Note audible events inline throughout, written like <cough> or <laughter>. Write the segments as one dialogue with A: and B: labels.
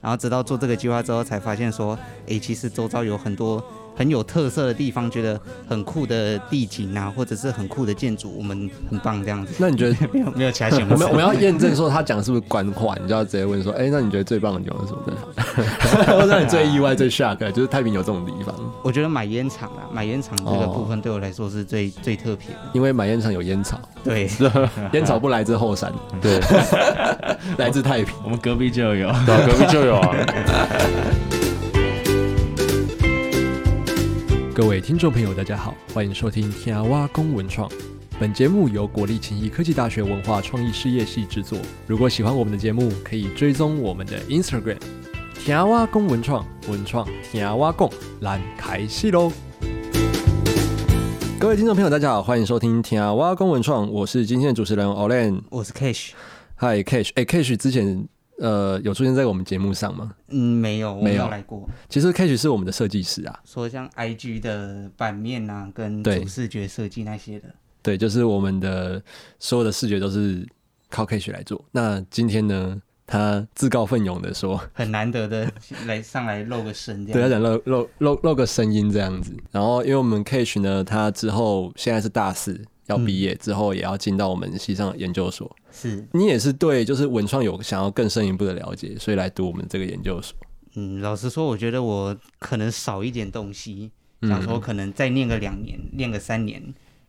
A: 然后直到做这个计划之后，才发现说，诶，其实周遭有很多很有特色的地方，觉得很酷的地景啊，或者是很酷的建筑，我们很棒这样子。
B: 那你觉得
A: 没有 <laughs> 没有其他想
B: 我
A: 法。
B: 们我们要验证说他讲是不是官话，你就要直接问说，哎、那你觉得最棒的地方是什么地方？ <laughs> 或者让你最意外、最 shock，的就是太平有这种地方，
A: 我觉得买烟厂啊，买烟厂这个部分对我来说是最、最特别的。
B: 因为买烟厂有烟草，
A: 对，
B: 烟草不来自后山，
C: 对，
B: 来自太平。
D: 我们隔壁就有。
C: 对啊，隔壁就有啊。
E: 各位听众朋友，大家好，欢迎收听《天涯挖工文创》。本节目由国立勤益科技大学文化创意事业系制作。如果喜欢我们的节目，可以追踪我们的 Instagram“ 天涯挖工文创”，文创天涯挖工，兰开戏喽！
B: 各位听众朋友，大家好，欢迎收听《天涯挖工文创》，我是今天的主持人 Olen。
A: 我是 Cash，
B: 嗨，Cash，哎、c a s h 之前呃有出现在我们节目上吗？
A: 嗯，没有，我没
B: 没
A: 有
B: 有
A: 来过。
B: 其实 Cash 是我们的设计师啊，
A: 说像 IG 的版面啊，跟
B: 对
A: 主视觉设计那些的。
B: 对，就是我们的所有的视觉都是靠 Cash 来做。那今天呢，他自告奋勇的说，
A: 很难得的 <laughs> 来上来露个身这
B: 对他
A: 样。
B: 想露露露露个声音这样子。然后因为我们 Cash 呢，他之后现在是大四。要毕业之后，也要进到我们西上研究所。
A: 是，
B: 你也是对，就是文创有想要更深一步的了解，所以来读我们这个研究所。
A: 嗯，老实说，我觉得我可能少一点东西，
B: 嗯
A: 想说可能再念个两年，念个三年，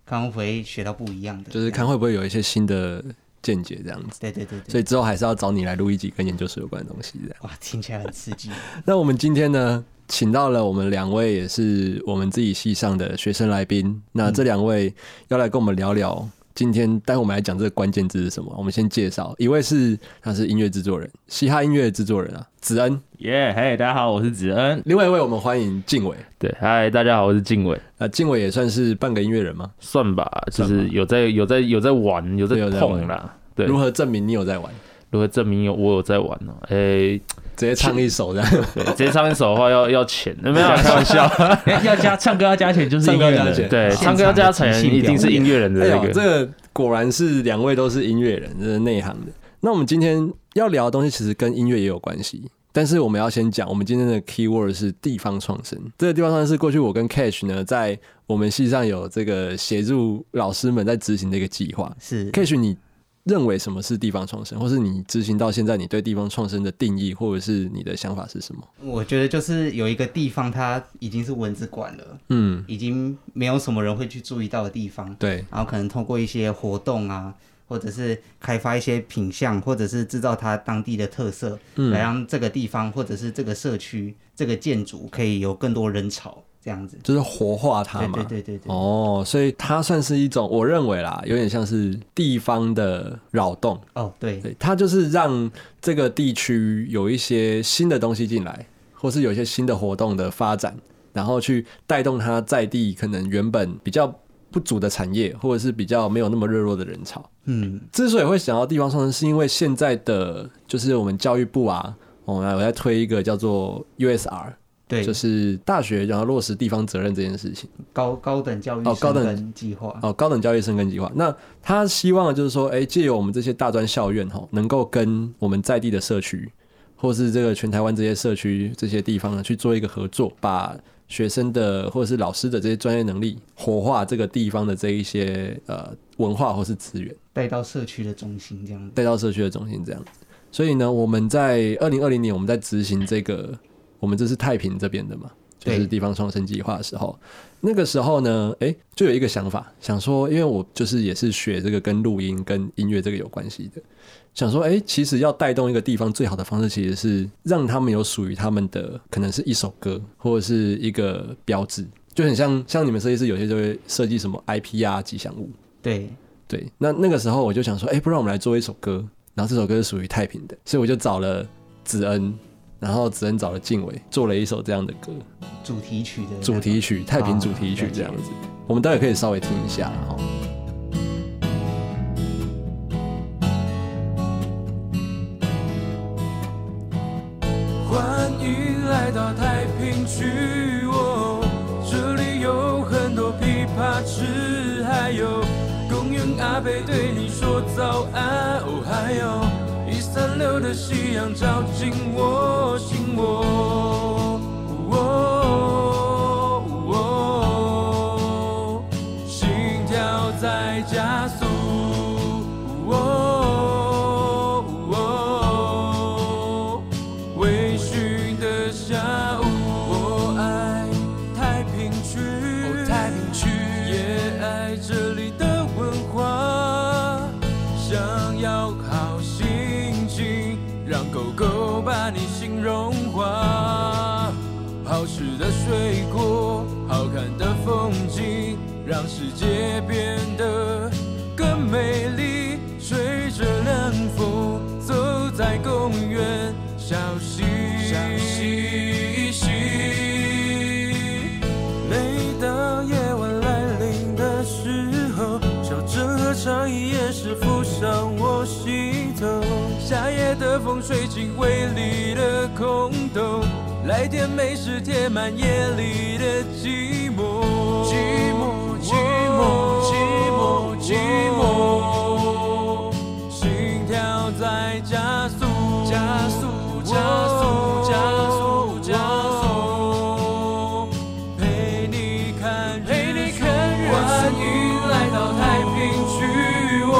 A: 看会不会学到不一样的。
B: 就是看
A: 会。
B: 会不会有一些新的见解这样子。
A: 对对对对。
B: 所以之后还是要找你来录一集跟研究所有关的东西这样。
A: 哇，听起来很刺
B: <laughs>
A: 激。
B: 那我们今天呢，请到了我们两位也是我们自己系上的学生来宾。那这两位要来跟我们聊聊，今天待会我们来讲这个关键字是什么？我们先介绍，一位是他是音乐制作人，嘻哈音乐制作人啊，子恩；
D: 耶，嘿，大家好，我是子恩。
B: 另外一位我们欢迎静伟。
C: 对，嗨，大家好，我是静伟，
B: 啊，静伟也算是半个音乐人吗？
C: 算吧，就
B: 算
C: 是
B: 吧
C: 有在有在有在玩，有在
B: 对有在
C: 碰
B: 玩
C: 啦。对，
B: 如
C: 如
B: 何证明你有在玩？
C: 何证明有我有在玩呢？诶，
B: 直接唱一首这样，
C: 对直接唱一首的话要要钱，没有开玩笑。 <laughs>
D: 要加唱歌要加钱，就是音乐
B: 唱歌要加
D: 人
B: 钱。
C: 对，
A: 现场
C: 唱歌要加
A: 的
C: 钱，
A: 即兴
C: 一定是
A: 表演
C: 音乐人的
B: 哎
C: 那
B: 呦，这
C: 个。
B: 个果然是两位都是音乐人，这是内行的。那我们今天要聊的东西其实跟音乐也有关系，但是我们要先讲，我们今天的 key word 是地方创生。这个地方创生是过去我跟 Cash 呢在我们系上有这个协助老师们在执行的一个计划。
A: 是，
B: Cash，你认为什么是地方创生，或是你执行到现在，你对地方创生的定义或者是你的想法是什么？
A: 我觉得就是有一个地方，它已经是蚊子馆了，
B: 嗯，
A: 已经没有什么人会去注意到的地方。
B: 对，
A: 然后可能通过一些活动啊，或者是开发一些品相，或者是制造它当地的特色，
B: 嗯
A: 来让这个地方或者是这个社区、这个建筑可以有更多人潮这样子。
B: 就是活化它
A: 对
B: 嘛。
A: 对对对对，
B: 哦，所以它算是一种，我认为啦，有点像是地方的扰动，
A: 哦对，
B: 对，它就是让这个地区有一些新的东西进来，或是有一些新的活动的发展，然后去带动它在地可能原本比较不足的产业，或者是比较没有那么热络的人潮。
A: 嗯，
B: 之所以会想到地方创生，是因为现在的就是我们教育部啊，我们我在推一个叫做 USR，
A: 对，
B: 就是大学然后落实地方责任这件事情。
A: 高高等教育
B: 哦
A: 生
B: 高等
A: 根计划。
B: 哦，高等教育生根计划。那他希望就是说，哎、借由我们这些大专校院哈，能够跟我们在地的社区，或是这个全台湾这些社区这些地方呢，去做一个合作，把学生的或者是老师的这些专业能力，活化这个地方的这一些呃文化或是资源。
A: 带到社区的中心这样子。
B: 带到社区的中心这样子。所以呢，我们在二零二零年我们在执行这个，我们这是太平这边的嘛，就
A: 对
B: 是地方创生计划的时候，那个时候呢，诶，就有一个想法，想说，因为我就是也是学这个跟录音跟音乐这个有关系的，想说，诶，其实要带动一个地方最好的方式，其实是让他们有属于他们的，可能是一首歌或者是一个标志，就很像像你们设计师有些就会设计什么 IP 啊吉祥物，
A: 对，
B: 对，那那个时候我就想说，哎、不然我们来做一首歌，然后这首歌是属于太平的，所以我就找了子恩，然后子恩找了静伟，做了一首这样的歌，
A: 主题曲的那
B: 主题
A: 种
B: 曲，太平主题曲这样子，我们待会可以稍微听一下啦哦。
F: 欢迎来到太平区哦，这里有很多枇杷枝，还有公园阿贝对你说早安哦，还有一三六的夕阳照进我心
D: 把你心融化。好吃的水果，好看的风景，让世界变得更美丽。吹着冷风，走在公园，小溪。每当夜晚来临的时候，笑着合唱也是浮上我心头。夏夜的风吹进胃里的空洞，来点美食填满夜里的寂寞。寂寞，寂寞，寂寞，寂寞。心跳在加速，加速，加速，加速，加速。陪你看陪你看日出。欢迎来到太平区哦，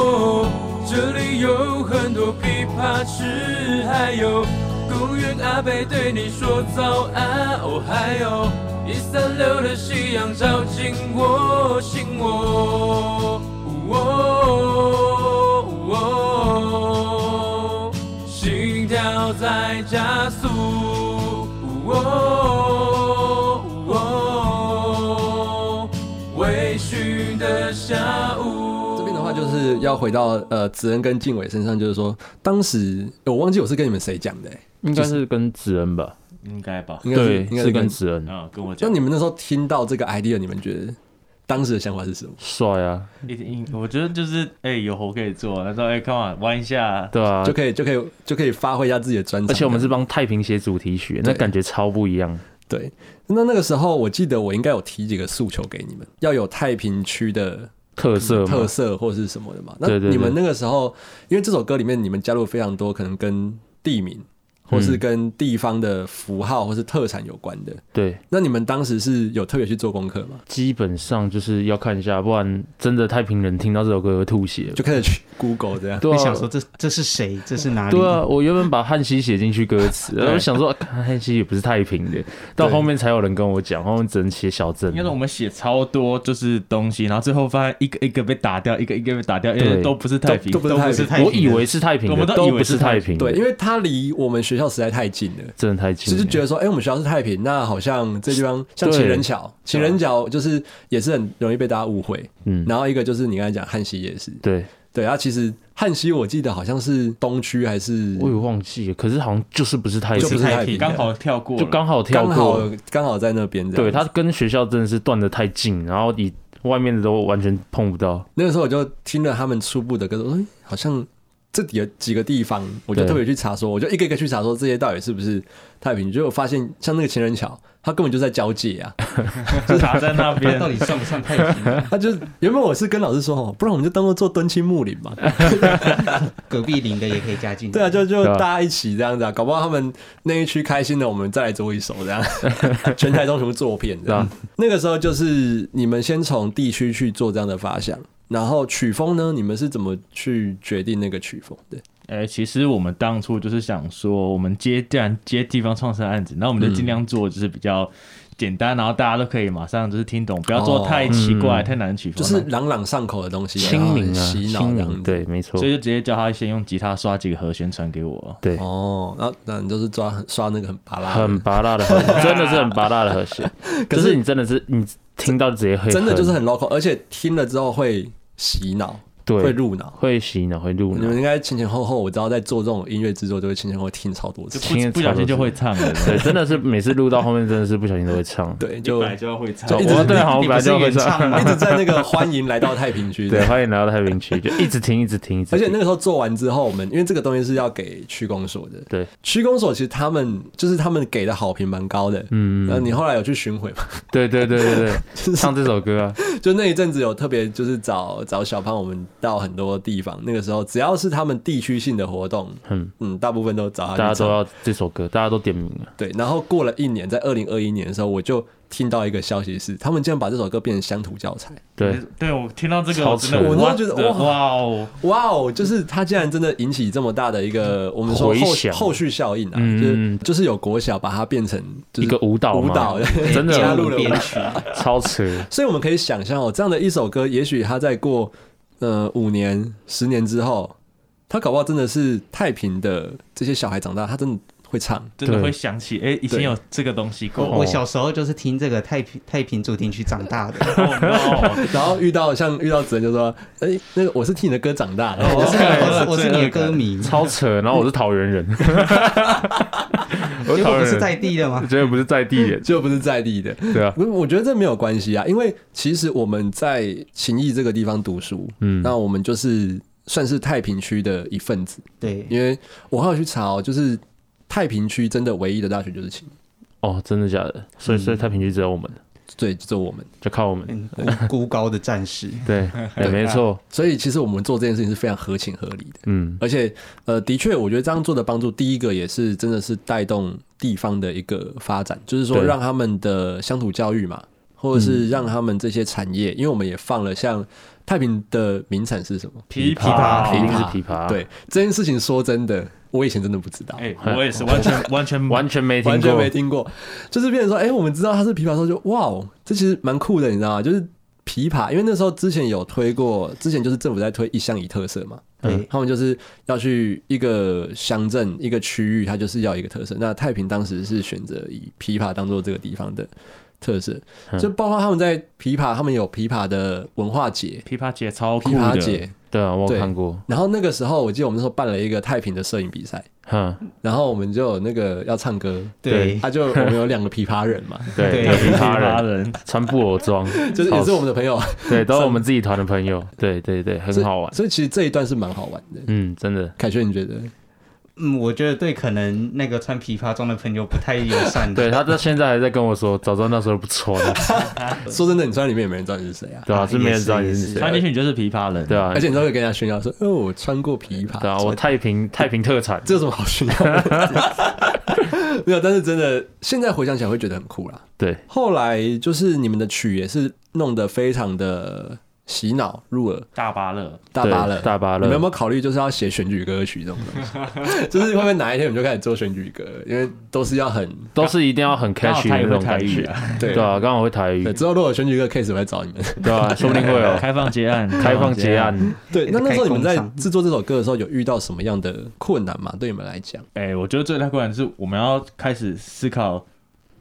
D: 这里有很多枇杷吃，还有公园阿贝对你说早安哦，还有一三六的夕阳照进我心窝。哦哦哦心跳在加速。哦哦微醺的下午。
B: 这边的话就是要回到呃子恩跟静伟身上，就是说当时呃我忘记我是跟你们谁讲的、欸，
C: 应该是跟子恩吧？
G: 应该吧？
B: 应该是
C: 对，
B: 应该
C: 是跟
B: 跟。
C: 子恩，
G: 嗯，跟我
B: 那
G: 讲，
B: 你们那时候听到这个 idea，你们觉得当时的想法是什么？
C: 帅啊，
G: 一定，我觉得就是，哎，有活可以做，他说，哎，come on，玩一下，
C: 对啊
B: 就，可以就可以就可以发挥一下自己的专长。
C: 而且我们是帮太平写主题曲，那
B: 对
C: 感觉超不一样。
B: 对，那那个时候我记得我应该有提几个诉求给你们，要有太平区的
C: 特色嘛，
B: 特色或是什么的嘛。那
C: 对对对
B: 你们那个时候，因为这首歌里面你们加入非常多可能跟地名或
C: 嗯
B: 是跟地方的符号或是特产有关的，
C: 对，
B: 那你们当时是有特别去做功课吗？
C: 基本上就是要看一下，不然真的太平人听到这首歌会吐血。
B: 就开始去 Google 这样。
C: 对
A: 你
C: 啊，
A: 想说这这是谁？这是哪里？
C: 对啊，我原本把汉西写进去歌词，然后想说啊看汉西也不是太平的，到后面才有人跟我讲，后面只能写小镇
G: 应。该说我们写超多就是东西，然后最后发现一个一个被打掉，一个一个被打掉，因为
C: 对
G: 都不是太平，
B: 都不是太平
A: 太平
C: 我
A: 的
C: 以为是太平的，
G: 我们都以
C: 都
G: 为
C: 不是
G: 是太
C: 太
G: 平
C: 平的，
B: 对，因为它离我们学校实在太近了。
C: 真的太
B: 只
C: 近了，
B: 是觉得说，哎、我们学校是太平，那好像这地方像情人
C: 啊
B: 桥，情人桥就是也是很容易被大家误会。
C: 嗯
B: 然后一个就是你刚才讲汉西夜市，
C: 对，
B: 对，它其实汉西我记得好像是东区还是
C: 我也忘记了，可是好像就是不是太
B: 嗯就
C: 平
B: 不，是太平的，
G: 刚好跳过了，
C: 就刚好跳
B: 刚好
C: 过，
B: 刚好在那边这样。
C: 对，它跟学校真的是断的太近，然后你外面的都完全碰不到。
B: 那个时候我就听了他们初步的歌，我说、哎好像这底有几个地方，我就
C: 对
B: 特别去查说，我就一个一个去查说这些到底是不是太平，结果发现像那个情人桥，它根本就在交界啊，
G: 就卡在那
A: 他
G: 边
A: 到，底算不算太平？
B: 它就原本我是跟老师说哦，不然我们就当做做敦亲睦邻嘛，
A: 隔壁邻的也可以加进。
B: 对啊，就就
C: 对啊
B: 大家一起这样子啊，搞不好他们那一区开心了，我们再来做一首这样，全台中全部做片这样。那个时候就是你们先从地区去做这样的发想，然后曲风呢，你们是怎么去决定那个曲风的？
G: 哎、其实我们当初就是想说，我们接既然接地方创生案子，那我们就尽量做就是比较简单，然后大家都可以马上就是听懂，不要做太奇怪、
C: 嗯
G: 太难的曲风，
B: 就是朗朗上口的东西，
C: 清明
B: 然
C: 啊，
B: 后洗脑
C: 清
B: 这样子
C: 明，。对，没错
G: 所，以就直接叫他先用吉他刷几个和弦传给我。
C: 对，
B: 哦，然后那你就是抓刷那个很拔拉的，
C: 很拔辣的和弦，真的是很拔辣的和弦，
B: <laughs> 可
C: 就是是你真的是你听到直接会
B: 真的就是
C: 哼
B: 很 local，而且听了之后会洗脑，会
C: 对，
B: 入脑。
C: 会洗脑，会入
B: 你们
C: 脑，
B: 应该前前后后，我知道在做这种音乐制作，就会前前后后听超多次
G: 就。
C: 听得
G: 不不小
C: 差不
G: 心
C: 多
G: 就会唱了，
C: 对，真的是每次录到后面真的是不小心都会唱，
B: 对，
G: 就
B: 就
G: 本来就要会唱
C: 对，。
B: 一直
C: 我对好，我
A: 你
C: 本
A: 不
C: 来
A: 是
C: 就会
A: 原唱
C: 唱，
A: 吗
B: 一？直在那个欢迎来到太平区。
C: 对，，欢迎来到太平区，就一直听，一直听，一直
B: 而且
C: 听
B: 那个时候做完之后，我们因为这个东西是要给区公所的，
C: 对，
B: 区公所其实他们就是他们给的好评蛮高的。
C: 嗯，
B: 然后
C: 嗯
B: 你后来有去巡回吗？
C: 对对对对
B: <laughs> 就
C: 对，唱这首歌啊，
B: 就那一阵子有特别就是找找小胖，我们到很多地方。那个时候只要是他们地区性的活动，
C: 嗯，
B: 嗯，大部分都找他
C: 大
B: 去
C: 家都
B: 唱
C: 要这首歌，大家都点名啊了，
B: 对。然后过了一年，在二零二一年的时候，我就听到一个消息是，他们竟然把这首歌变成乡土教材。
C: 对，
G: 对，我听到这个，
C: 超
G: 我真的
C: 扯
B: 我都觉得
G: what the-
B: 哇
G: 哇哦，
B: 哇哦！就是它竟然真的引起这么大的一个我们说
C: 回
B: 后
C: 响
B: 后续效应啊，
C: 嗯
B: 就是就是有国小把它变成就
C: 一
B: 是
C: 个舞蹈
B: 舞
C: 嘛，
B: 蹈，
C: <laughs> 真
B: 加
C: 的
B: 入了舞蹈，
C: 超扯，
B: 所以我们可以想象哦，这样的一首歌，也许它在过呃五年、十年之后，它搞不好真的是太平的这些小孩长大，他真的会唱。
D: 真的
C: 对
D: 会想起，哎，以前
B: 对
D: 有这个东西
A: 我
D: 过。
A: 我小时候就是听这个太平太平主题曲长大的，
D: Oh no！
B: 然后遇到像遇到子人就说：“哎、那个我是听你的歌长大的。
A: 我是我是我是你
D: 罪恶
A: 的
D: 感
A: 歌迷，
C: 超扯。然后我是桃
B: <laughs>
C: 园人，我
A: 结
C: 是
A: 果
C: 桃
A: 不
C: 园
A: 是
C: 人，
A: 在地
B: 啊
A: 的吗？
C: 绝对不是在地人，
B: <laughs> 就不是在地的，
C: 对啊，
B: 不是，我觉得这没有关系啊，因为其实我们在情谊这个地方读书，
C: 嗯
B: 那我们就是算是太平区的一份子，
A: 对，
B: 因为我还有去查、哦，就是太平区真的唯一的大学就是情，
C: 哦，真的假的？所
B: 嗯
C: 以所以太平区只有我们，
B: 对，就只有我们，
C: 就靠我们，
A: 嗯，孤孤高的战士，
C: 对，哎没错，
B: 所以其实我们做这件事情是非常合情合理的，
C: 嗯，
B: 而且呃，的确，我觉得这样做的帮助，第一个也是真的是带动地方的一个发展，就是说
C: 对嗯
B: 让他们的乡土教育嘛，或者是让他们这些产业，因为我们也放了像太平的名产是什么。
D: 琵啊
A: 琵琶
B: 琵
C: 一定是
B: 琶
C: 琵琶，，
B: 对这件事情，说真的，我以前真的不知道，
D: 哎，我也是完全完全
C: 完全没
B: 完
C: 听
B: 全
C: 过
B: 没，听过。就是变成说，哎、我们知道它是琵琶的时候，就哇哦，这其实蛮酷的，你知道吗？就是琵琶，因为那时候之前有推过，之前就是政府在推一乡一特色嘛，
C: 嗯
A: 对，
B: 他们就是要去一个乡镇、一个区域，它就是要一个特色。那太平当时是选择以琵琶当做这个地方的特色，
C: 嗯
B: 就包括他们在琵琶，他们有琵琶的文化节、
D: 琵琶姐超酷
B: 琵琶
D: 的，
B: 节。
C: 对啊，我
B: 对
C: 有看过，
B: 然后那个时候，我记得我们那时候办了一个太平的摄影比赛。 <laughs>
C: 哼，
B: 然后我们就有那个要唱歌，
A: 对
B: 他、就我们有两个琵琶人
C: <laughs>
B: 嘛，
C: 对，
A: 对
C: 有琵
D: 琵
C: 琶
D: 琶
C: 人
D: 人，
C: 穿布偶装，
B: 就是也是我们的朋友，
C: 对，都是我们自己团的朋友，对对对，很好玩，
B: 所以其实这一段是蛮好玩的。
C: 嗯，真的，
B: 凯旋，你觉得？
A: 嗯，我觉得对可能那个穿琵琶装的朋友不太友
C: <laughs>
A: 善
C: 对
A: 的，
C: 他到现在还在跟我说，早知道那时候不穿了，
B: 说真的，你穿里面也没人知道你是谁啊，
C: 对啊，
A: 啊
C: 是没人知道
A: 也
C: 你
A: 是
C: 是
D: 穿
C: 谁，
D: 进去你就是琵琶人，
C: 对啊
B: 而，且你都会跟人家炫耀说：“哦，我穿过琵琶。”
C: 对啊，我
B: 穿
C: 太平太平特产，
B: 这有什么好炫耀的？
C: <laughs>
B: 没有，但是真的，现在回想起来会觉得很酷啦。
C: 对，
B: 后来就是你们的曲也是弄得非常的洗脑入耳，
D: 大巴乐，
B: 大
C: 对
B: 巴了，
C: 大巴
B: 你们有没有
C: 乐，
B: 考虑就是要写选举歌曲这种东
C: <laughs>
B: 西？就是会不会哪一天我们就开始做选举歌？因为都是要很
C: 都是一定要很
D: 刚好
C: catchy
D: 他
C: 的
D: 也
C: 那
D: 会
C: 种
D: 台
C: 感
D: 语
C: 觉，
D: 啊，
B: 对
C: 对啊，刚好会台
B: <laughs>
C: 语
B: 对，，之后如果有选举歌 case，我会找你
C: <laughs>
B: 们。
C: 对啊，说不定会
D: <laughs>
C: 有
D: 开放结案，
C: <laughs> 开放结案，
B: 对，那
A: 可以
B: 那时候你们在
A: 共唱
B: 制作这首歌的时候，有遇到什么样的困难吗？对你们来讲，
D: 哎、我觉得最大困难是我们要开始思考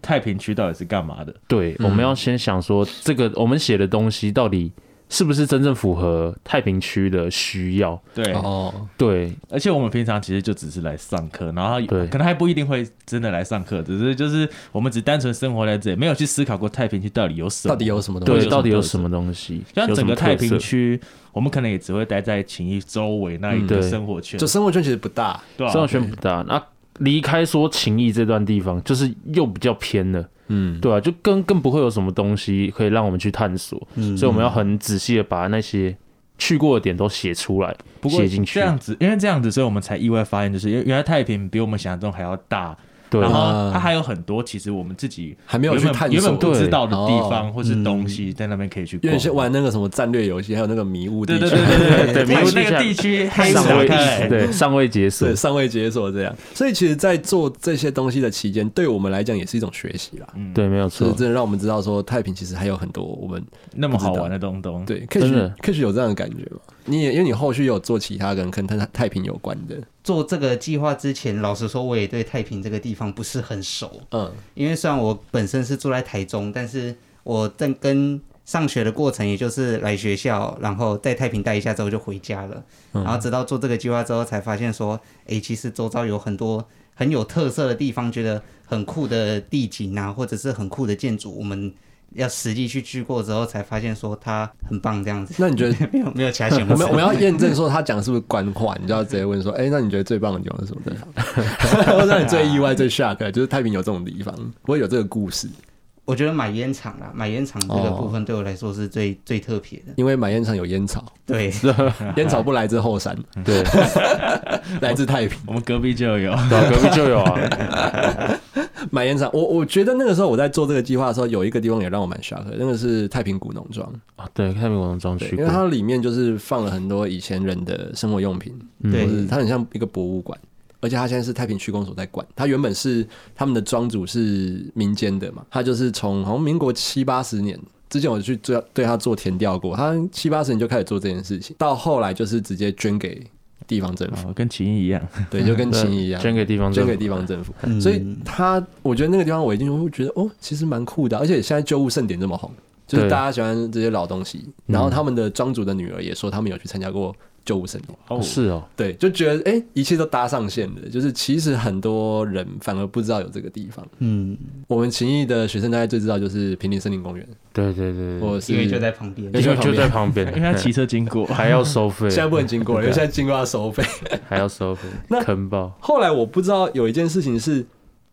D: 太平区到底是干嘛的。
C: 对，我们要先想说这个我们写的东西到底是不是真正符合太平区的需要，
D: 对，
B: 哦，
C: 对，
D: 而且我们平常其实就只是来上课，然后
C: 对
D: 可能还不一定会真的来上课，只是就是我们只单纯生活在这里，没有去思考过太平区到底有什么。
B: 到底有什么东
C: 对，
B: 西？
C: 到底有什么东西？
D: 像整个
C: 有什么特色
D: 太平区，我们可能也只会待在情谊周围那一
C: 嗯对
D: 个生活圈，
B: 就生活圈其实不大，
D: 对啊
C: 生活圈不大，那离开说情谊这段地方，就是又比较偏了，
B: 嗯，
C: 对啊，就更更不会有什么东西可以让我们去探索，
A: 嗯
C: 所以我们要很仔细的把那些去过的点都写出来，
D: 不过
C: 写进去
D: 这。样子，因为这样子，所以我们才意外发现，就是原原来太平比我们想象中还要大，
C: 对
D: 然
B: 啊
D: 后它还有很多其实我们自己
B: 还没有去
D: 原本
B: 探
D: 原本不
B: 索，
D: 知道的地
B: 对哦
D: 方或是东西，在那边可以去
B: 有
D: 逛
B: 点。像玩那个什么战略游戏，还有那个迷雾地
D: 对
B: 区，
D: 对对对
C: 对
D: 对
C: 迷雾
D: 对，
C: 地
D: 那
C: 下
D: 个地区黑
C: 尚
D: 打
C: 未
D: 开，
C: 对尚未解锁
B: 对，，尚未解锁这样。所以其实，在做这些东西的期间，对我们来讲也是一种学习啦。
D: 嗯
C: 对，没
B: 就
C: 有
B: 是
C: 错，
B: 真的让我们知道说，太平其实还有很多我们
D: 那么好玩的东东。
B: 对
C: 真的
B: Kish Kish 有这样的感觉吗？你也因为你后续有做其他跟跟太太平有关的，
A: 做这个计划之前，老实说，我也对太平这个地方不是很熟，
B: 嗯，
A: 因为虽然我本身是住在台中，但是我正跟上学的过程，也就是来学校，然后在太平待一下之后就回家了，然后直到做这个计划之后，才发现说，诶，其实周遭有很多很有特色的地方，觉得很酷的地景啊，或者是很酷的建筑，我们。要实际去去过之后，才发现说它很棒这
B: <laughs>
A: 样子。
B: 那你
D: <laughs>
B: 觉得
A: 没有没有其他形容
B: 我
A: 词
B: 们我们要验证说他讲的是不是官话，你就要直接问说，哎、那你觉得最棒的地方是什么地
D: <laughs>
B: 方？或者让你最意外、最 shock，的就是太平有这种地方，不会有这个故事，
A: 我觉得买烟厂啦，买烟厂这个部分对我来说是最、最特别的。
B: 因为买烟厂有烟草，
A: 对，
C: <laughs>
B: 烟草不来自后山，
C: 对，
B: <laughs> 来自太平。
D: 我们隔壁就有，
C: 对啊，隔壁就有啊，
B: 买烟厂，我我觉得那个时候我在做这个计划的时候，有一个地方也让我蛮 shock，的那个是太平古农庄，
C: 啊对，太平广庄
B: 对，
C: 去
B: 因为
C: 过，
B: 它里面就是放了很多以前人的生活用品，
C: 嗯
A: 对
B: 就是它很像一个博物馆，而且它现在是太平区公所在管。它原本是他们的庄主是民间的嘛，它就是从好像民国七八十年之前，我去做对它做田调过，它七八十年就开始做这件事情，到后来就是直接捐给地方
C: <laughs>
B: 政府，
D: 哦，跟秦一样，
B: 对，就跟秦一样，
C: 捐给地方
B: 捐
C: 政府，
B: 给地方政府。
A: 嗯
B: 所以他，我觉得那个地方我一定会觉得哦，其实蛮酷的啊、而且现在旧物盛典这么红，就是
C: 对
B: 大家喜欢这些老东西。然后他们的庄主的女儿也说，他们有去参加过旧物盛典。
D: 哦，
C: 是哦，
B: 对，就觉得哎、诶一切都搭上线了。就是其实很多人反而不知道有这个地方。
A: 嗯，
B: 我们秦义的学生大概最知道就是平林森林公园，
C: 对对对对，
B: 或是
A: 因为就在旁边，
C: 因为就在旁边，
D: <laughs> <laughs> 因为他骑车经过，
C: 还要收费，
B: 现在不能经过了，因为现在经过要收费。 <laughs>
C: 还要收费
B: 那，
C: 坑爆。
B: 后来我不知道有一件事情是，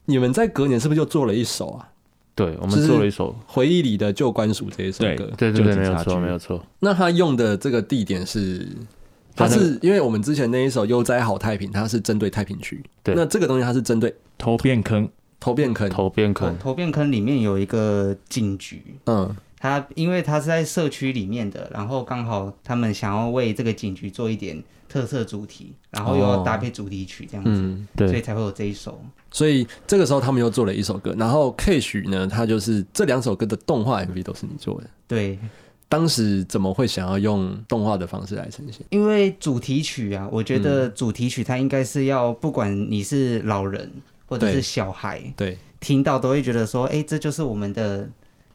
B: 你们在隔年是不是就做了一首啊？
C: 对，我
B: 就是
C: 们做了一首，
B: 回忆里的旧官署这一首
D: 对
B: 歌，
C: 对对对，
D: 就
C: 没有
D: 警察
C: 错，
D: 局
C: 没有错，
B: 那他用的这个地点是，他
C: 在那
B: 是因为我们之前那一首《悠哉好太平》，它是针对太平区，
C: 对
B: 那这个东西它是针对
D: 头变坑，
B: 头变坑，
C: 头变
A: 投
C: 坑，
A: 投变坑里面有一个警局，
B: 嗯，
A: 它因为它是在社区里面的，然后刚好他们想要为这个警局做一点特色主题，然后又要搭配主题曲这样子，
B: 嗯
A: 所以
C: 对
A: 才会有这一首。
B: 所以这个时候他们又做了一首歌，然后 K 许呢，他就是这两首歌的动画 MV 都是你做的，
A: 对，
B: 当时怎么会想要用动画的方式来呈现？
A: 因为主题曲啊，我觉得主题曲它应该是要不管你是老人或者
B: 对
A: 是小孩，
B: 对，
A: 听到都会觉得说，哎、这就是我们的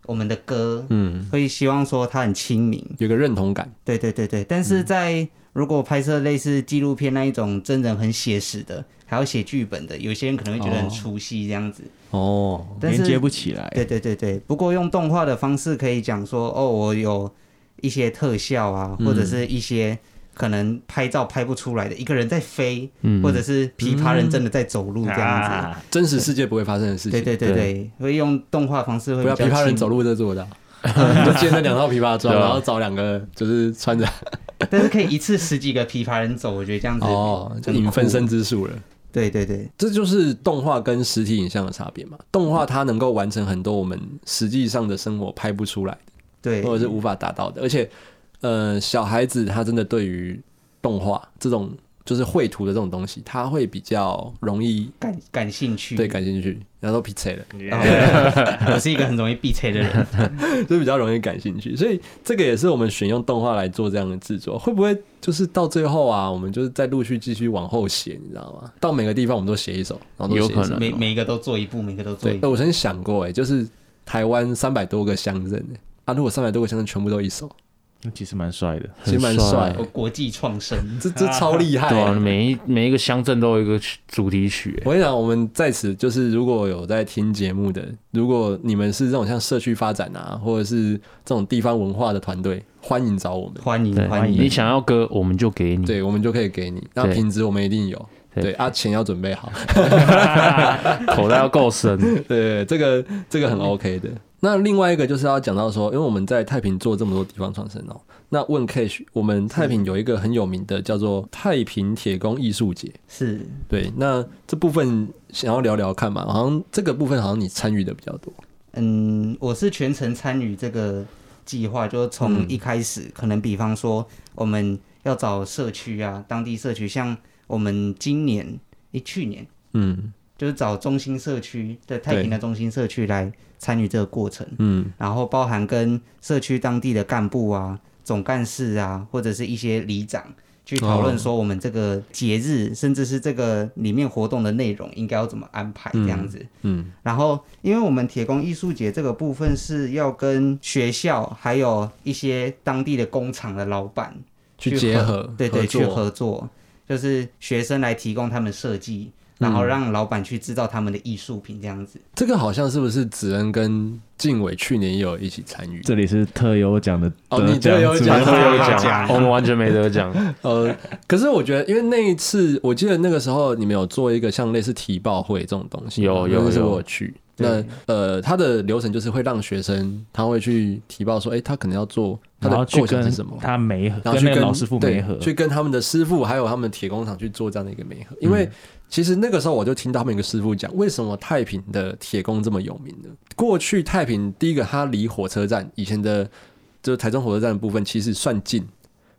A: 我们的歌，
B: 嗯，
A: 会希望说它很亲民。
B: 有个认同感，
A: 对对对对，但
B: 嗯
A: 是在如果拍摄类似纪录片那一种真人很写实的，还要写剧本的，有些人可能会觉得很出戏这样子。
B: 哦，
A: 但
D: 连接
A: 是
D: 不起来。
A: 对对对对，不过用动画的方式可以讲说，哦，我有一些特效啊，
B: 嗯
A: 或者是一些可能拍照拍不出来的，一个人在飞，
C: 嗯
A: 或者是琵琶人真的在走路这样子。
D: 啊，
B: 真实世界不会发生的事情，
A: 对对对对，会用动画方式会
B: 不要
A: 比较
B: 琵琶人
A: 亲
B: 走路这做的啊、就借那两套琵琶装，
C: 对啊
B: 然后找两个就是穿着
A: 但是可以一次十几个琵琶人走，我觉得这样子
B: 哦， <laughs> 就
A: 很
B: 引分
A: 酷
B: 身之术了。
A: 对对对，
B: 这就是动画跟实体影像的差别嘛。动画它能够完成很多我们实际上的生活拍不出来，
A: 对，
B: 或者是无法达到的。而且，呃，小孩子他真的对于动画这种就是绘图的这种东西，他会比较容易
A: 感感兴趣。
B: 对感兴趣，然后都 p i 了， <laughs>
A: 然后我是一个很容易避车的人。
B: 就比较容易感兴趣。所以这个也是我们选用动画来做这样的制作，会不会就是到最后啊，我们就是再陆续继续往后写，你知道吗？到每个地方我们都写一首，然后都
C: 有
B: 写一
C: 可
B: 首
C: 能
A: 每每一个都做一步，每个都做一
B: 对，
A: 步。
B: 呃我曾经想过、欸，哎，就是台湾三百多个乡镇、欸，啊，如果三百多个乡镇全部都一首，
D: 那其实蛮帅的，
B: 其实蛮帅
A: 我
B: 的，
A: 国际创生，
B: 这这超厉
C: <laughs>
B: 害、
C: 对啊，
B: 欸。
C: 每一每一个乡镇都有一个主题曲，
B: 我跟你讲，我们在此就是，如果有在听节目的，如果你们是这种像社区发展啊，或者是这种地方文化的团队，欢迎找我们，
A: 欢迎
C: 欸对，
A: 欢
C: 你
A: 迎。
C: 想要歌，我们就给你。
B: 对我们就可以给你。那
C: 对
B: 品质我们一定有，
C: 对
B: 对啊，钱要准备好，
C: 口袋要够深，
B: <laughs> 对，这个这个很 OK 的。那另外一个就是要讲到说，因为我们在太平做这么多地方创生哦，那问 Cash，我们太平有一个很有名的叫做太平铁工艺术节，
A: 是
B: 对，那这部分想要聊聊看嘛，好像这个部分好像你参与的比较多，
A: 嗯，我是全程参与这个计划，就从一开始，可能比方说我们要找社区啊，当地社区，像我们今年，诶，去年
B: 嗯
A: 就是找中心社区对太平的中心社区来参与这个过程。
B: 嗯
A: 然后包含跟社区当地的干部啊、总干事啊，或者是一些里长去讨论说我们这个节日，甚至是这个里面活动的内容应该要怎么安排这样子。
B: 嗯，
A: 然后，因为我们铁工艺术节这个部分是要跟学校还有一些当地的工厂的老板
B: 去结合，
A: 对对，去
B: 作
A: 合作，就是学生来提供他们设计。
B: 嗯
A: 然后让老板去制造他们的艺术品，这样子。
B: 这个好像是不是子恩跟静伟去年也有一起参与？
D: 这里是特优奖的
B: 哦
D: 得
B: 你特优
D: 组
B: 奖
C: 没有
A: 大
C: 奖
A: 家，
C: 我们完全没得奖。
B: 呃，可是我觉得，因为那一次，我记得那个时候你们有做一个像类似提报会这种东西，
C: 有有
B: 那次
C: 有
B: 我去。那
A: 对
B: 呃，他的流程就是会让学生他会去提报说，哎、他可能要做他
D: 然后
B: 的
D: 去
B: 构想
D: 跟
B: 是什么，
D: 他媒合，
B: 然后
D: 跟
B: 去
D: 那个
B: 跟
D: 老师傅媒
B: 对
D: 合，
B: 去跟他们的师傅还有他们的铁工厂去做这样的一个媒合。因
D: 嗯
B: 为其实那个时候我就听到他们一个师傅讲，为什么太平的铁工这么有名呢？过去太平第一个，它离火车站以前的就是台中火车站的部分其实算近，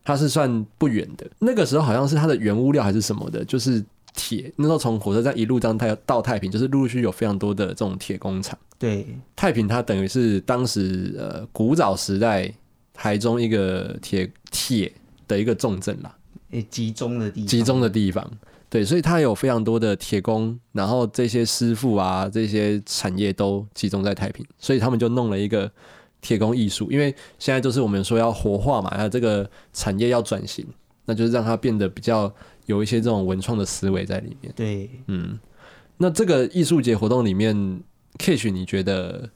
B: 它是算不远的。那个时候好像是它的原物料还是什么的，就是铁。那时候从火车站一路到太到太平，就是陆陆续续有非常多的这种铁工厂。
A: 对，
B: 太平它等于是当时呃古早时代台中一个铁铁的一个重镇啦。
A: 诶集中的地方，
B: 集中的地方。对，所以它有非常多的铁工，然后这些师傅啊，这些产业都集中在太平，所以他们就弄了一个铁工艺术。因为现在就是我们说要活化嘛，啊那这个产业要转型，那就是让它变得比较有一些这种文创的思维在里面。
A: 对，
B: 嗯，那这个艺术节活动里面，Cash 你觉得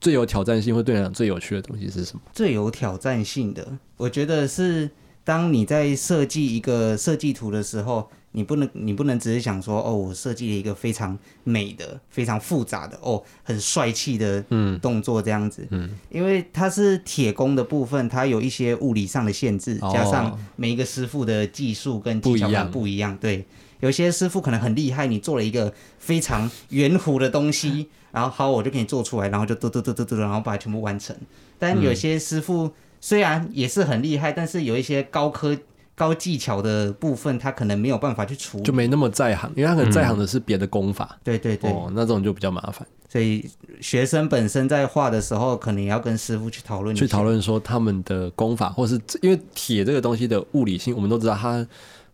B: 最有挑战性或对你来讲最有趣的东西是什么？
A: 最有挑战性的，我觉得是当你在设计一个设计图的时候，你不能你不能只是想说哦，我设计了一个非常美的、非常复杂的哦，很帅气的
B: 嗯
A: 动作这样子，
B: 嗯，
A: 因为它是铁工的部分，它有一些物理上的限制，
B: 哦
A: 加上每一个师傅的技术跟技巧
B: 不一样
A: 感不一样，对。有些师傅可能很厉害，你做了一个非常圆弧的东
B: <laughs>
A: 西，然后好，我就给你做出来，然后就嘟嘟嘟嘟嘟，然后把它全部完成。
B: 嗯
A: 但有些师傅虽然也是很厉害，但是有一些高科高技巧的部分，他可能没有办法去处理。
B: 就没那么在行，因为他可能在行的是别的功法、
A: 对对对，
B: 哦，那这种就比较麻烦。
A: 所以学生本身在画的时候，可能也要跟师傅去讨论一下，
B: 去讨论说他们的功法，或是因为铁这个东西的物理性，我们都知道它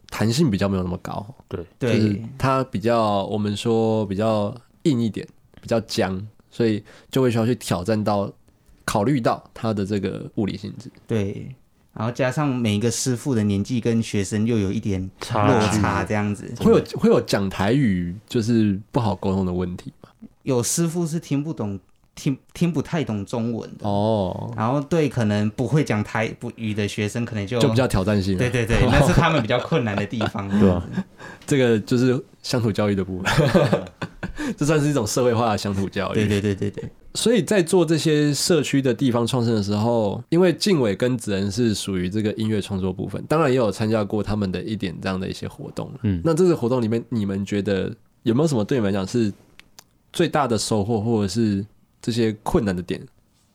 B: 弹性比较没有那么高，就
A: 对。
B: 是它比较我们说比较硬一点，比较僵，所以就会需要去挑战到考虑到它的这个物理性质。
A: 对，然后加上每一个师傅的年纪跟学生又有一点
C: 差
A: 落
C: 距
A: 差，这样子，
B: 会有会有讲台语就是不好沟通的问题嘛？
A: 有师傅是听不懂、听听不太懂中文的，
B: 哦，
A: 然后对可能不会讲台不语的学生，可能就
B: 就比较挑战性、啊。
A: 对对
B: <laughs>
A: 对，那是他们比较困难的地方。
C: 对啊
B: 这个就是乡土教育的部分， <laughs> 这算是一种社会化的乡土教育。
A: 对对对对对，
B: 所以在做这些社区的地方创生的时候，因为静伟跟子恩是属于这个音乐创作部分，当然也有参加过他们的一点这样的一些活动。
C: 嗯
B: 那这次活动里面，你们觉得有没有什么对你们来讲是最大的收获，或者是这些困难的点，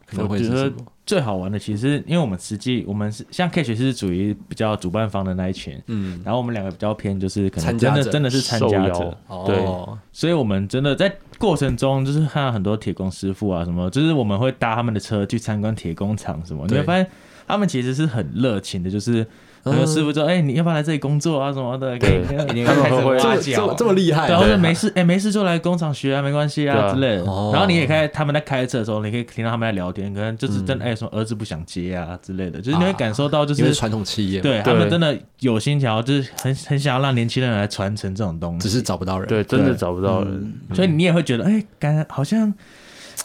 B: 可能会是
D: 我觉得
B: 什么？
D: 最好玩的其实，因为我们实际我们是像 K 学是属于比较主办方的那一群，
B: 嗯，
D: 然后我们两个比较偏就是可
B: 参
D: 能
B: 加
D: 真的
B: 者
D: 真的是参加
C: 受
D: 者
C: 邀，
B: 哦，
D: 所以我们真的在过程中，就是看到很多铁工师傅啊，什么，就是我们会搭他们的车去参观铁工厂什么，你
B: 对嗯
D: 会发现他们其实是很热情的，就是很多师傅说，哎、你要不要来这里工作啊什么的，给
C: 对
D: 你
A: 一定
C: 他们
A: 开始挖
B: <laughs>
C: 会
B: 这这么
A: 角
B: 这，么厉害，
D: 对，或者没事，哎、没事就来工厂学啊，没关系
C: 对
D: 啊
C: 啊
D: 之类的。
B: 哦
D: 然后你也看他们在开车的时候，你可以听到他们在聊天，可能就是真的，哎、什么儿子不想接啊之类的，就是你会感受到，就
B: 因为
D: 是、
B: 传统企业嘛，
D: 对他们
C: 对
D: 真的有心想要，就是很很想要让年轻人来传承这种东
B: 只。
D: 西
B: 是找不到人。
C: 对，真的
D: 对嗯
C: 找不到人，
D: 所以你也会觉得，哎、感好像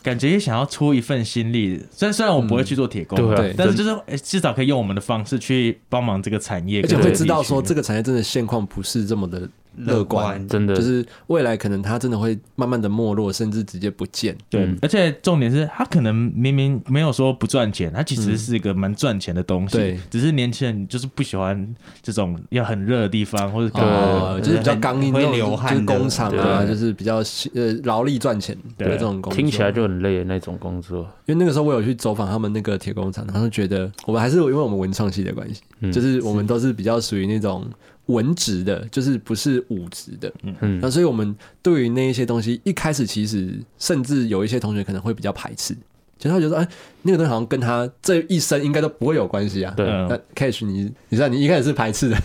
D: 感觉也想要出一份心力。虽然虽然我不会去做铁工，
C: 对啊
B: 对
D: 但是
C: 真
D: 就是、哎至少可以用我们的方式去帮忙这个产业，
B: 而且
D: 跟这
B: 会
D: 个
B: 知道
D: 地区
B: 说这个产业真的现况不是这么的乐
A: 乐
B: 观
A: 观，
C: 真的
B: 就是未来可能它真的会慢慢的没落，甚至直接不见。
D: 对，
C: 嗯
D: 而且重点是他可能明明没有说不赚钱，他其
C: 嗯
D: 实是一个蛮赚钱的东西，
B: 对
D: 只是年轻人就是不喜欢这种要很热的地方，或者干嘛的
B: 哦，就是比较刚硬，
A: 会
B: 那种
A: 流汗
B: 就
A: 的
B: 是工厂啊，
C: 对
B: 就是比较呃劳力赚钱的
D: 对
B: 这种工作。
C: 听起来就很累的那种工作，
B: 因为那个时候我有去走访他们那个铁工厂，然后觉得我们还是因为我们文创系的关系，
C: 嗯
B: 就是我们都是比较属于那种文职的，就是不是武职的。
C: 嗯
B: 那，所以我们对于那一些东西，一开始其实甚至有一些同学可能会比较排斥，就是他觉得说，哎，那个东西好像跟他这一生应该都不会有关系啊。
C: 对
D: 嗯
B: 那 Cash，你你知道你一开始是排斥的，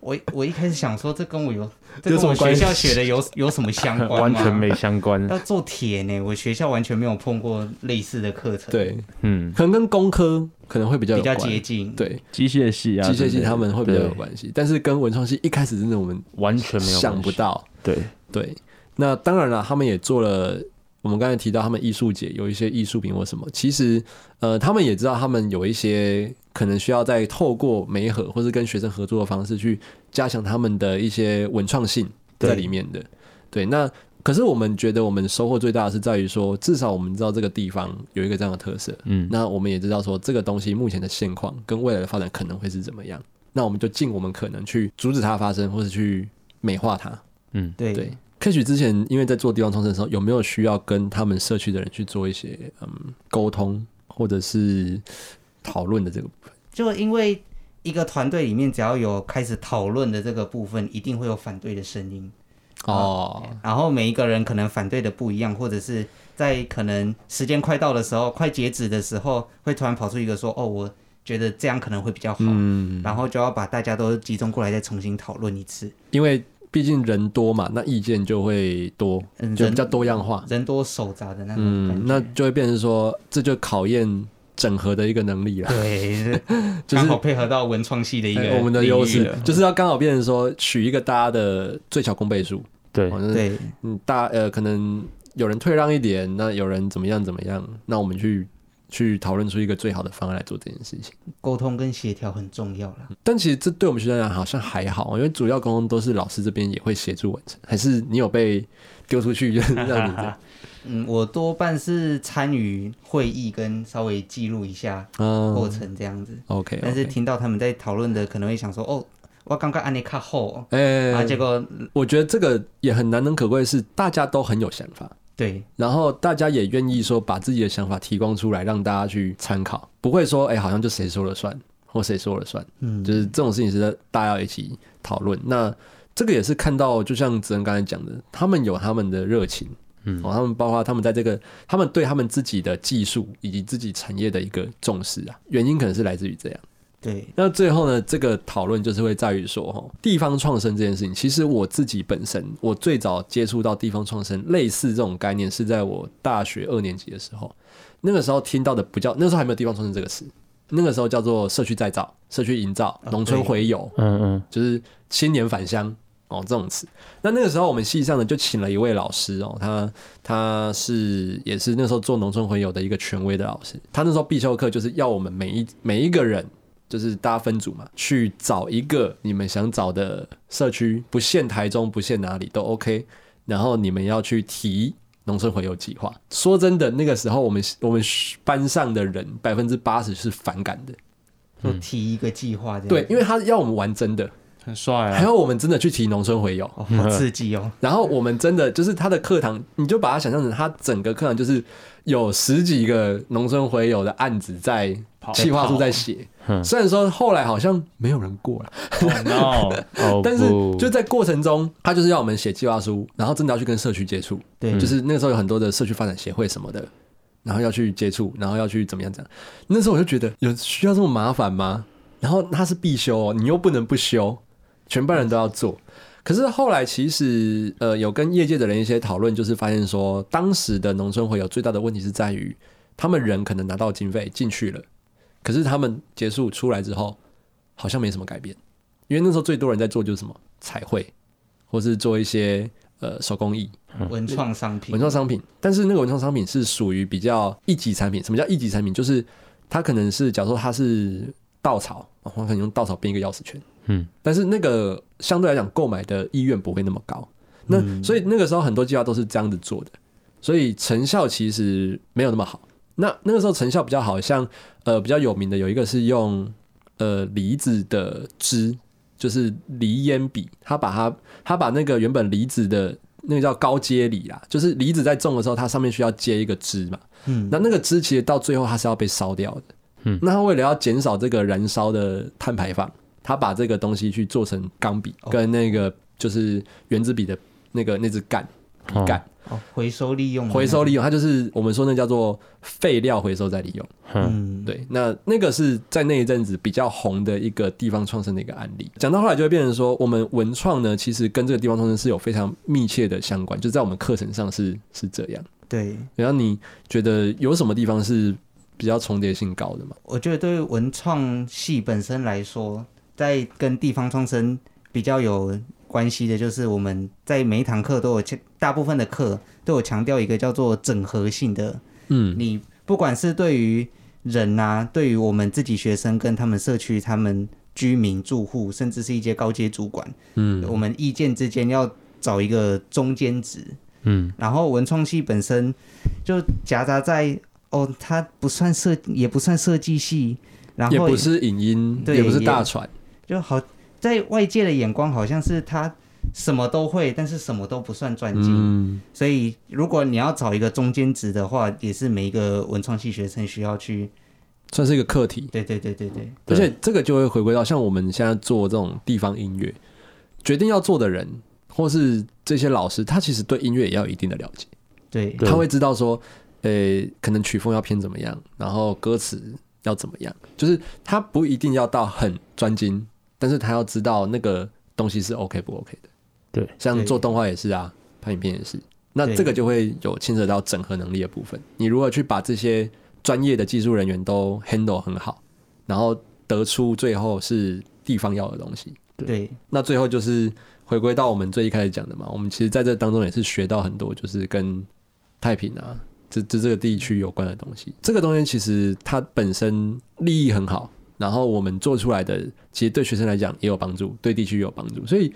A: 我我一开始想说，这跟我有这
B: <laughs> 有
A: 跟
B: 什么
A: 我
B: 关
A: 学
B: 系
A: 校学的有有什么相关吗？
C: 完全没相关，
A: 要做铁呢，我学校完全没有碰过类似的课程，，
B: <laughs> 对，
C: 嗯，
B: 可能跟工科可能会比较
A: 比
B: 有
A: 较
B: 关
A: 接近，
B: 对，
D: 机械系啊，
B: 机械系他
D: 们
B: 们会比较有关系，但是跟文创系一开始真的我们
C: 完全没有
B: 想
C: 关
B: 不
C: 系，
B: 到。
C: 对，
B: 对，那当然了，他们也做了。我们刚才提到他们艺术节有一些艺术品或什么，其实呃，他们也知道他们有一些可能需要再透过媒合或是跟学生合作的方式去加强他们的一些文创性在
A: 对
B: 里面的。对，那可是我们觉得我们收获最大的是在于说，至少我们知道这个地方有一个这样的特色，
C: 嗯，
B: 那我们也知道说这个东西目前的现况跟未来的发展可能会是怎么样，那我们就尽我们可能去阻止它发生，或者去美化它。
C: 嗯，
A: 对
B: 对 c a s h 之前因为在做地方创生的时候，有没有需要跟他们社区的人去做一些嗯沟通或者是讨论的这个部分？
A: 就因为一个团队里面只要有开始讨论的这个部分，一定会有反对的声音，
B: 哦，
A: 然后每一个人可能反对的不一样，或者是在可能时间快到的时候，快截止的时候，会突然跑出一个说：“哦，我觉得这样可能会比较好，
B: 嗯，
A: 然后就要把大家都集中过来再重新讨论一次。
B: 因为毕竟人多嘛，那意见就会多，
A: 嗯
B: 就比
A: 人
B: 较多样化。
A: 人多手杂的那种感觉。
B: 嗯，那就会变成说，这就考验整合的一个能力了。
A: 对，
B: 嗯就是
A: 刚好配合到文创系的一
B: 哎
A: 个
B: 我们的
A: 领域
B: 优势
A: 了
B: 就是要刚好变成说，取一个大家的最小公倍数。
C: 对
B: 哦，那
A: 对
B: 嗯，大呃，可能有人退让一点，那有人怎么样怎么样，那我们去去讨论出一个最好的方案来做这件事情。
A: 沟通跟协调很重要了。
B: 但其实这对我们学生来讲好像还好，因为主要沟通都是老师这边也会协助完成，还是你有被丢出去就是让你这样？
A: 嗯，我多半是参与会议跟稍微记录一下过
B: 嗯
A: 程这样子，
B: ，OK，
A: 但是听到他们在讨论的，可能会想说，哦，我刚刚按你卡后，
B: 哎、
A: 然后结果
B: 我觉得这个也很难能可贵，是大家都很有想法，
A: 对
B: 然后大家也愿意说把自己的想法提供出来，让大家去参考，不会说哎、好像就谁说了算或谁说了算，
A: 嗯
B: 就是这种事情是大家要一起讨论。那这个也是看到，就像子恩刚才讲的，他们有他们的热情，嗯、哦，他们包括他们在这个，他们对他们自己的技术以及自己产业的一个重视啊，原因可能是来自于这样。
A: 对，
B: 那最后呢，这个讨论就是会在于说，哈，地方创生这件事情，其实我自己本身，我最早接触到地方创生类似这种概念，是在我大学二年级的时候，那个时候听到的不叫，那时候还没有地方创生这个词，那个时候叫做社区再造、社区营造、农村回游，
C: 嗯嗯，
B: 就是青年返乡哦这种词。那那个时候我们系上呢就请了一位老师哦，他他是也是那时候做农村回游的一个权威的老师，他那时候必修课就是要我们每一每一个人。就是大家分组嘛，去找一个你们想找的社区，不限台中，不限哪里都 OK。然后你们要去提农村回游计划。说真的，那个时候我们我们班上的人百分之八十是反感的，
A: 就提一个计划这样，
B: 嗯对，，因为他要我们玩真的，
D: 很帅
B: 还
D: 啊，
B: 有我们真的去提农村回游，
A: 哦，好刺激哦，
B: 然后我们真的就是他的课堂，你就把它想象成他整个课堂就是有十几个农村回游的案子在计划书在写，虽然说后来好像没有人过了，
D: 哦 no，
C: 哦
B: <laughs> 但是
C: 不
B: 就在过程中，他就是要我们写计划书，然后真的要去跟社区接触，
A: 对
B: 就是那个时候有很多的社区发展协会什么的，然后要去接触，然后要去怎么样怎样。那时候我就觉得有需要这么麻烦吗？然后它是必修、哦，你又不能不修，全班人都要做。可是后来其实呃有跟业界的人一些讨论，就是发现说当时的农村会有最大的问题是在于，他们人可能拿到经费进去了，可是他们结束出来之后好像没什么改变，因为那时候最多人在做就是什么彩绘，或是做一些呃手工艺，
A: 文创商品
B: 文，创商品，但是那个文创商品是属于比较一级产品。什么叫一级产品？就是它可能是，假如说它是稻草，哦我可能用稻草编一个钥匙圈，
C: 嗯，
B: 但是那个相对来讲购买的意愿不会那么高。那、所以那个时候很多计划都是这样子做的，所以成效其实没有那么好。那那个时候成效比较好，像呃比较有名的有一个是用呃梨子的汁，就是梨烟笔，他把它他把那个原本梨子的那个叫高阶梨啦，就是梨子在种的时候，它上面需要接一个枝嘛。
A: 嗯
B: 那那个枝其实到最后它是要被烧掉的。
C: 嗯
B: 那它为了要减少这个燃烧的碳排放，它把这个东西去做成钢笔跟那个就是原子笔的那个那支杆笔杆
A: 哦，回收利用，
B: 嗯回收利，用，它就是我们说那叫做废料回收再利用。
A: 嗯，
B: 对，那那个是在那一阵子比较红的一个地方创生的一个案例。讲到后来就会变成说，我们文创呢，其实跟这个地方创生是有非常密切的相关，就在我们课程上是是这样。
A: 对，
B: 然后你觉得有什么地方是比较重叠性高的吗？
A: 我觉得对于文创系本身来说，在跟地方创生比较有关系的，就是我们在每一堂课都有强，大部分的课都有强调一个叫做整合性的。
B: 嗯，
A: 你不管是对于人啊，对于我们自己学生跟他们社区、他们居民住户，甚至是一些高阶主管，嗯，我们意见之间要找一个中间值，
C: 嗯，
A: 然后文创系本身就夹杂在哦，它不算设，也不算设计系，然后
B: 也不是影音，
A: 对
B: 也不是
A: 也
B: 大船，
A: 就好在外界的眼光好像是他什么都会，但是什么都不算专精。
B: 嗯，
A: 所以如果你要找一个中间值的话，也是每一个文创系学生需要去。
B: 算是一个课题。
A: 对对对对对，
B: 而
C: 对
B: 且这个就会回归到像我们现在做这种地方音乐，决定要做的人，或是这些老师，他其实对音乐也要有一定的了解。
A: 对
C: 对
B: 他会知道说，呃，可能曲风要偏怎么样，然后歌词要怎么样，就是他不一定要到很专精，但是他要知道那个东西是 OK 不 OK 的。
C: 对，
B: 像
A: 对
B: 做动画也是啊，拍影片也是。那
A: 对
B: 这个就会有牵扯到整合能力的部分。你如何去把这些专业的技术人员都 handle 很好，然后得出最后是地方要的东西。
A: 对
B: 那最后就是回归到我们最一开始讲的嘛，我们其实在这当中也是学到很多，就是跟太平啊这这这个地区有关的东西。这个东西其实它本身利益很好，然后我们做出来的其实对学生来讲也有帮助，对地区也有帮助，所以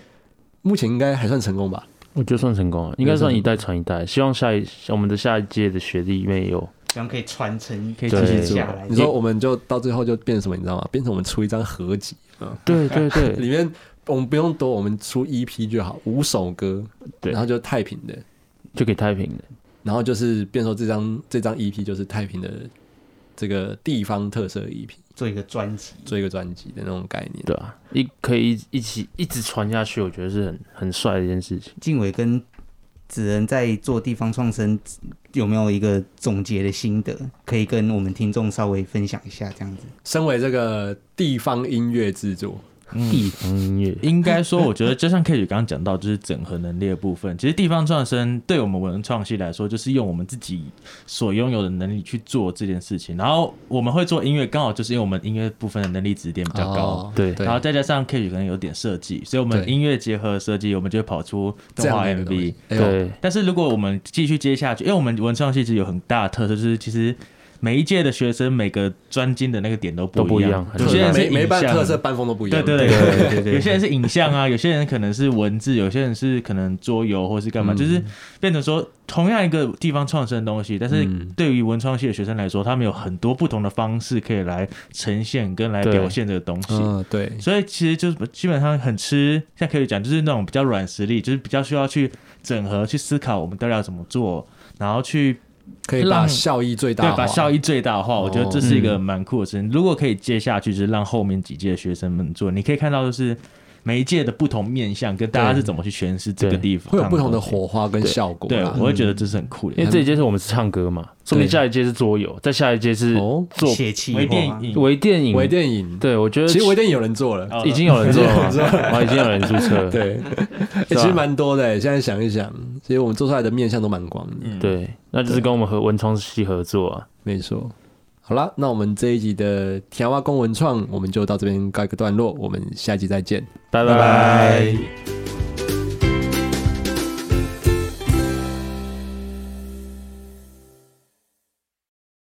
B: 目前应该还算成功吧。
C: 我觉得算成功啊了，应该算一代传一代。希望下一我们的下一届的学弟妹有
A: 希望可以传承，可
D: 以
C: 继续做
A: 下来。
B: 你说我们就到最后就变成什么，你知道吗？变成我们出一张合集，
C: 对对对
B: 里面我们不用多，我们出 EP 就好，五首歌，
C: 对
B: 然后就太平的，
C: <laughs> 就给太平的，
B: 然后就是变成说这张这张 EP 就是太平的这个地方特色 EP，
A: 做一个专辑，
B: 做一个专辑的那种概念。
C: 对啊，一可以一起一直传下去，我觉得是很很帅的一件事情。
A: 静伟跟子仁在做地方创生，有没有一个总结的心得，可以跟我们听众稍微分享一下？这样子，
B: 身为这个地方音乐制作，
A: 嗯
C: 地方嗯音乐，
D: 应该说，我觉得就像 K 姐刚刚讲到，就是整合能力的部分。其实地方创生对我们文创系来说，就是用我们自己所拥有的能力去做这件事情。然后我们会做音乐，刚好就是因为我们音乐部分的能力指点比较高。
B: 哦
C: 对
B: 对
D: 然后再加上 K 姐可能有点设计，所以我们
B: 对
D: 音乐结合设计，我们就会跑出
B: 这
D: 动
B: 样
D: 画
B: 的一个东
D: MV
B: 西。哎呦
C: 对
D: 但是如果我们继续接下去，因为我们文创系其实有很大的特色，就是其实每一届的学生每个专精的那个点都
C: 都
D: 不
C: 不
D: 一
C: 一
D: 样
C: 样，
D: 有些人是
B: 每每一半
D: 影像
B: 特色班风都不一样。嗯
D: 对对
C: 对
D: 对
A: 对对
D: 有些人是影像啊，有 <laughs> 些人可能是文字，有些人是可能桌游或是干嘛，就是变成说同样一个地方创生的东西，但是
B: 嗯
D: 对于文创系的学生来说，他们有很多不同的方式可以来呈现跟来
C: 对
D: 表现这个东西。
B: 嗯对，
D: 所以其实就是基本上很吃，现在可以讲就是那种比较软实力，就是比较需要去整合、去思考我们到底要怎么做，然后去
B: 可以把
D: 让
B: 效益最大
D: 对
B: 化哦
D: 把效益最大化。我觉得这是一个
C: 嗯
D: 蛮酷的事情。如果可以接下去，就是让后面几届的学生们做，你可以看到就是每一届的不同面向跟大家是怎么去诠释这个地方，
B: 会有不同的
D: 活。
B: 火花跟效果
D: 对，
B: 啦。
D: 我会觉得这是很酷的
C: 因为。这一届是我们是唱歌嘛，说不定
B: 对
C: 下一届是桌游，再下一届是
B: 哦
C: 做
A: 写气
D: 微电
A: 话
D: 影，
C: 微电影。
B: 嗯微电影，
C: 对，我觉得
B: 其实微电影有人做了。
D: 哦
C: 已经有人做了嘛，
B: <laughs>
C: 啊，已经有人注册了。
D: <laughs>
B: 对， <laughs> 哎其实蛮多的欸。现在想一想，其实我们做出来的面向都蛮广的。
C: 对，那就是跟我们和文创系合作啊。
B: 没错。好啦，那我们这一集的田蛙公文创，我们就到这边告一个段落，我们下集再见。
C: 拜拜。
B: 拜